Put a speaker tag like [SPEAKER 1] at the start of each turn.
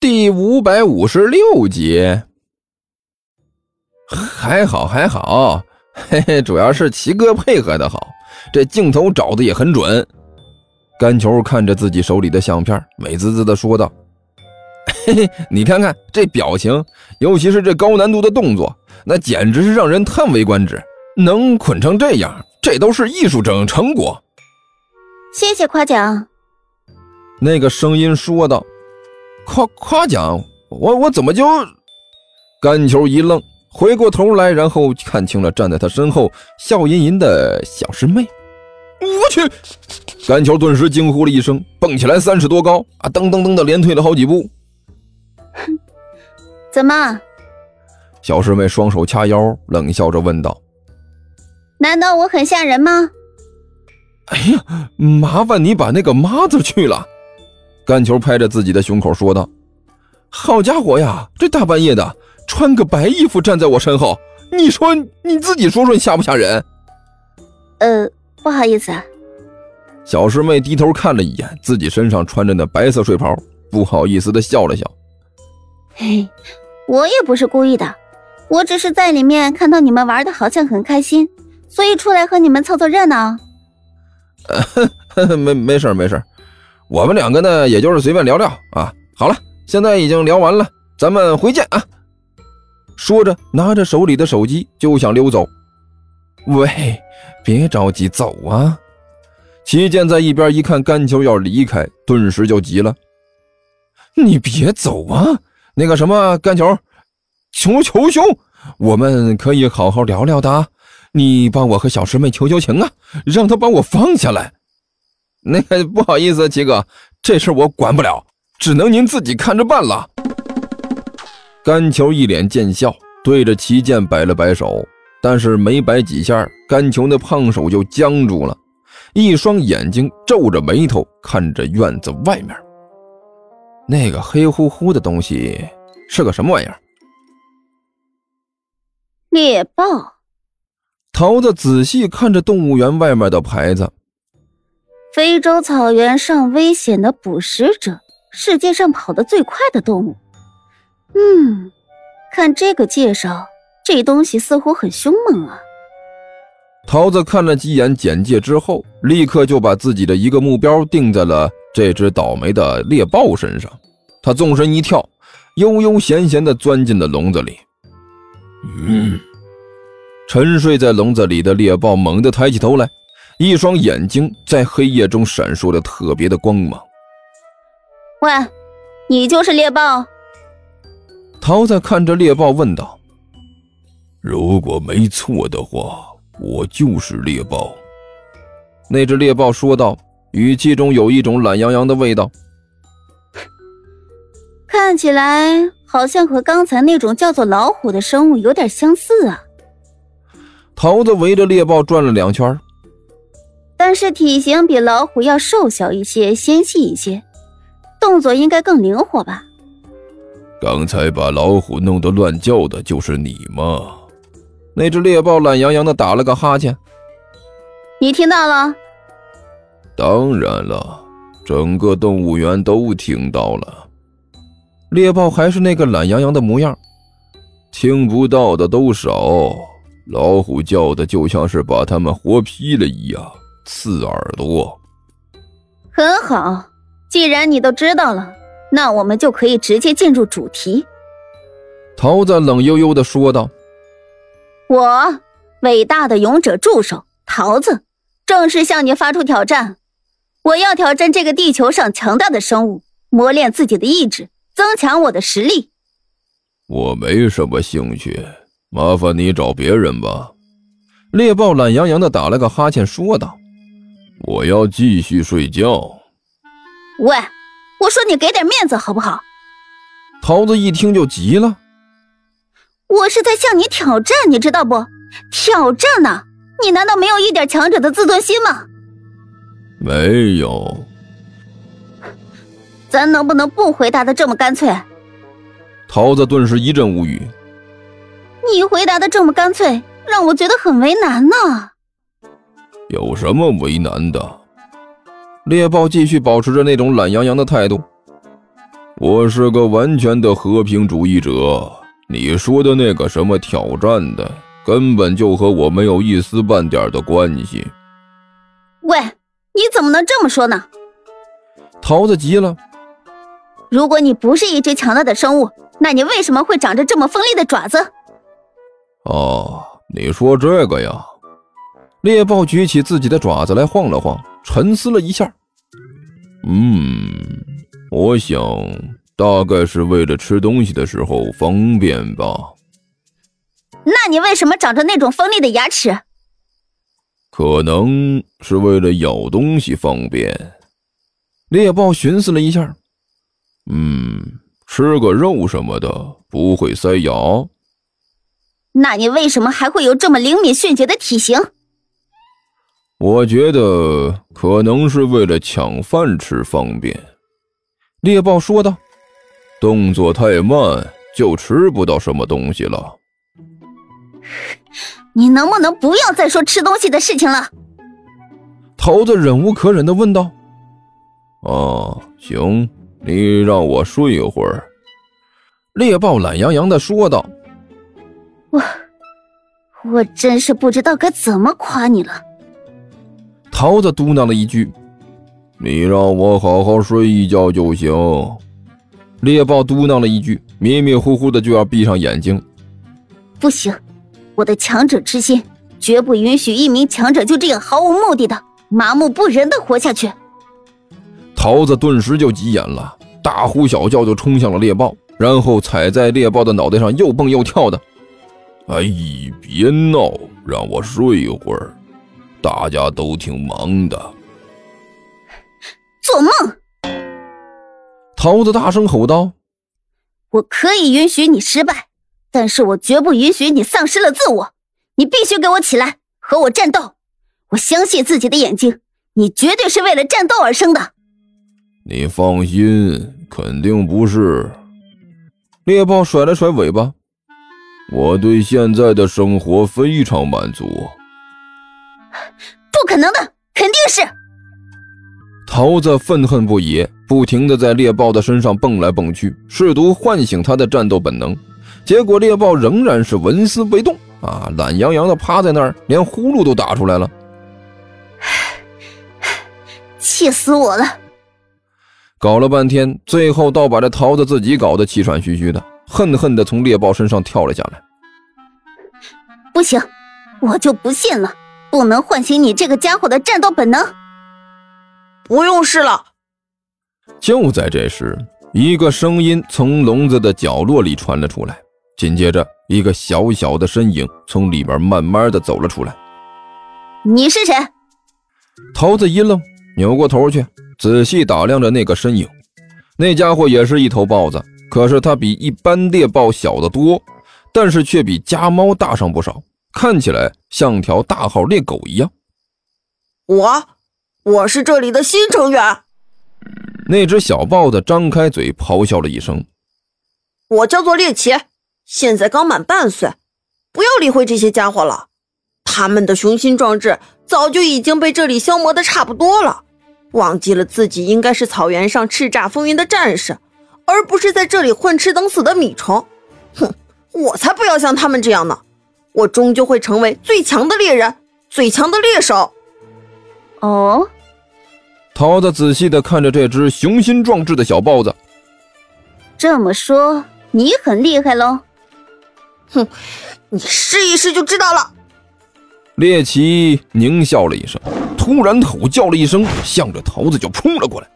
[SPEAKER 1] 第五百五十六集。还好还好， 嘿嘿，主要是齐哥配合的好，这镜头找的也很准。甘球看着自己手里的相片，美滋滋的说道：“嘿嘿，你看看这表情，尤其是这高难度的动作，那简直是让人叹为观止。能捆成这样，这都是艺术整成果。”
[SPEAKER 2] 谢谢夸奖。
[SPEAKER 1] 那个声音说道：“夸夸奖我，我怎么就……”甘球一愣，回过头来，然后看清了站在他身后笑吟吟的小师妹。我去！甘球顿时惊呼了一声，蹦起来三尺多高啊，噔噔噔的连退了好几步。
[SPEAKER 2] 怎么？
[SPEAKER 1] 小师妹双手掐腰，冷笑着问道：“
[SPEAKER 2] 难道我很吓人吗？”
[SPEAKER 1] 哎呀，麻烦你把那个“妈”字去了。干球拍着自己的胸口说道：“好家伙呀，这大半夜的，穿个白衣服站在我身后，你说你自己说说，你吓不吓人？”
[SPEAKER 2] 呃，不好意思啊。
[SPEAKER 1] 小师妹低头看了一眼自己身上穿着的白色睡袍，不好意思的笑了笑。
[SPEAKER 2] 嘿，我也不是故意的，我只是在里面看到你们玩的好像很开心，所以出来和你们凑凑热闹。
[SPEAKER 1] 呃， 没没事没事，我们两个呢，也就是随便聊聊啊。好了，现在已经聊完了，咱们回见啊。说着，拿着手里的手机就想溜走。喂，别着急走啊！齐健在一边一看甘球要离开，顿时就急了：“你别走啊！那个什么，甘球，求求兄，我们可以好好聊聊的啊！你帮我和小师妹求求情啊，让她把我放下来。”那个不好意思，齐哥，这事我管不了，只能您自己看着办了。甘球一脸贱笑，对着齐健摆了摆手，但是没摆几下，甘球那胖手就僵住了，一双眼睛皱着眉头看着院子外面。那个黑乎乎的东西是个什么玩意儿？
[SPEAKER 2] 猎豹。
[SPEAKER 1] 桃子仔细看着动物园外面的牌子。
[SPEAKER 2] 非洲草原上危险的捕食者，世界上跑得最快的动物。嗯，看这个介绍，这东西似乎很凶猛啊。
[SPEAKER 1] 桃子看了几眼简介之后，立刻就把自己的一个目标定在了这只倒霉的猎豹身上。他纵身一跳，悠悠闲闲地钻进了笼子里。嗯，沉睡在笼子里的猎豹猛地抬起头来。一双眼睛在黑夜中闪烁着特别的光芒。
[SPEAKER 2] 喂，你就是猎豹？
[SPEAKER 1] 桃子看着猎豹问道：“如果没错的话，我就是猎豹。”那只猎豹说道，语气中有一种懒洋洋的味道。
[SPEAKER 2] 看起来好像和刚才那种叫做老虎的生物有点相似啊。
[SPEAKER 1] 桃子围着猎豹转了两圈。
[SPEAKER 2] 但是体型比老虎要瘦小一些，纤细一些，动作应该更灵活吧？
[SPEAKER 1] 刚才把老虎弄得乱叫的就是你吗？那只猎豹懒洋洋的打了个哈欠。
[SPEAKER 2] 你听到了？
[SPEAKER 1] 当然了，整个动物园都听到了。猎豹还是那个懒洋洋的模样，听不到的都少。老虎叫的就像是把他们活劈了一样。刺耳朵，
[SPEAKER 2] 很好。既然你都知道了，那我们就可以直接进入主题。”
[SPEAKER 1] 桃子冷悠悠的说道。
[SPEAKER 2] “我，伟大的勇者助手桃子，正式向您发出挑战。我要挑战这个地球上强大的生物，磨练自己的意志，增强我的实力。”“
[SPEAKER 1] 我没什么兴趣，麻烦你找别人吧。”猎豹懒洋洋的打了个哈欠，说道。我要继续睡觉。
[SPEAKER 2] 喂，我说你给点面子好不好？
[SPEAKER 1] 桃子一听就急了。
[SPEAKER 2] 我是在向你挑战，你知道不？挑战呢、啊？你难道没有一点强者的自尊心吗？
[SPEAKER 1] 没有。
[SPEAKER 2] 咱能不能不回答的这么干脆？
[SPEAKER 1] 桃子顿时一阵无语。
[SPEAKER 2] 你回答的这么干脆，让我觉得很为难呢、啊。
[SPEAKER 1] 有什么为难的？猎豹继续保持着那种懒洋洋的态度。我是个完全的和平主义者，你说的那个什么挑战的，根本就和我没有一丝半点的关系。
[SPEAKER 2] 喂，你怎么能这么说呢？
[SPEAKER 1] 桃子急了，
[SPEAKER 2] 如果你不是一只强大的生物，那你为什么会长着这么锋利的爪子？
[SPEAKER 1] 哦，你说这个呀？猎豹举起自己的爪子来晃了晃，沉思了一下。嗯，我想大概是为了吃东西的时候方便吧。
[SPEAKER 2] 那你为什么长着那种锋利的牙齿？
[SPEAKER 1] 可能是为了咬东西方便。猎豹寻思了一下，嗯，吃个肉什么的不会塞牙。
[SPEAKER 2] 那你为什么还会有这么灵敏迅捷的体型？
[SPEAKER 1] 我觉得可能是为了抢饭吃方便。猎豹说道：“动作太慢，就吃不到什么东西了。
[SPEAKER 2] 你能不能不要再说吃东西的事情了？”
[SPEAKER 1] 桃子忍无可忍地问道：“哦，行，你让我睡一会儿。”猎豹懒洋洋地说道
[SPEAKER 2] 我，我真是不知道该怎么夸你了。
[SPEAKER 1] 桃子嘟囔了一句：“你让我好好睡一觉就行。”猎豹嘟囔了一句，迷迷糊糊的就要闭上眼睛。
[SPEAKER 2] 不行，我的强者之心绝不允许一名强者就这样毫无目的的、麻木不仁的活下去。
[SPEAKER 1] 桃子顿时就急眼了，大呼小叫就冲向了猎豹，然后踩在猎豹的脑袋上又蹦又跳的。哎，别闹，让我睡一会儿。大家都挺忙的，
[SPEAKER 2] 做梦！
[SPEAKER 1] 桃子大声吼道：“
[SPEAKER 2] 我可以允许你失败，但是我绝不允许你丧失了自我。你必须给我起来，和我战斗！我相信自己的眼睛，你绝对是为了战斗而生的。”
[SPEAKER 1] 你放心，肯定不是。猎豹甩了甩尾巴，我对现在的生活非常满足。
[SPEAKER 2] 不可能的，肯定是！
[SPEAKER 1] 桃子愤恨不已，不停的在猎豹的身上蹦来蹦去，试图唤醒他的战斗本能。结果猎豹仍然是纹丝未动啊，懒洋洋的趴在那儿，连呼噜都打出来了，
[SPEAKER 2] 气死我了！
[SPEAKER 1] 搞了半天，最后倒把这桃子自己搞得气喘吁吁的，恨恨的从猎豹身上跳了下来。
[SPEAKER 2] 不行，我就不信了！不能唤醒你这个家伙的战斗本能。
[SPEAKER 3] 不用试了。
[SPEAKER 1] 就在这时，一个声音从笼子的角落里传了出来，紧接着，一个小小的身影从里边慢慢的走了出来。
[SPEAKER 2] 你是谁？
[SPEAKER 1] 桃子一愣，扭过头去，仔细打量着那个身影。那家伙也是一头豹子，可是它比一般猎豹小得多，但是却比家猫大上不少。看起来像条大号猎狗一样。
[SPEAKER 3] 我，我是这里的新成员。
[SPEAKER 1] 那只小豹子张开嘴咆哮了一声。
[SPEAKER 3] 我叫做猎奇，现在刚满半岁。不要理会这些家伙了，他们的雄心壮志早就已经被这里消磨的差不多了，忘记了自己应该是草原上叱咤风云的战士，而不是在这里混吃等死的米虫。哼，我才不要像他们这样呢！我终究会成为最强的猎人，最强的猎手。
[SPEAKER 2] 哦，
[SPEAKER 1] 桃子仔细的看着这只雄心壮志的小豹子。
[SPEAKER 2] 这么说，你很厉害喽？
[SPEAKER 3] 哼，你试一试就知道了。
[SPEAKER 1] 猎奇狞笑了一声，突然吼叫了一声，向着桃子就冲了过来。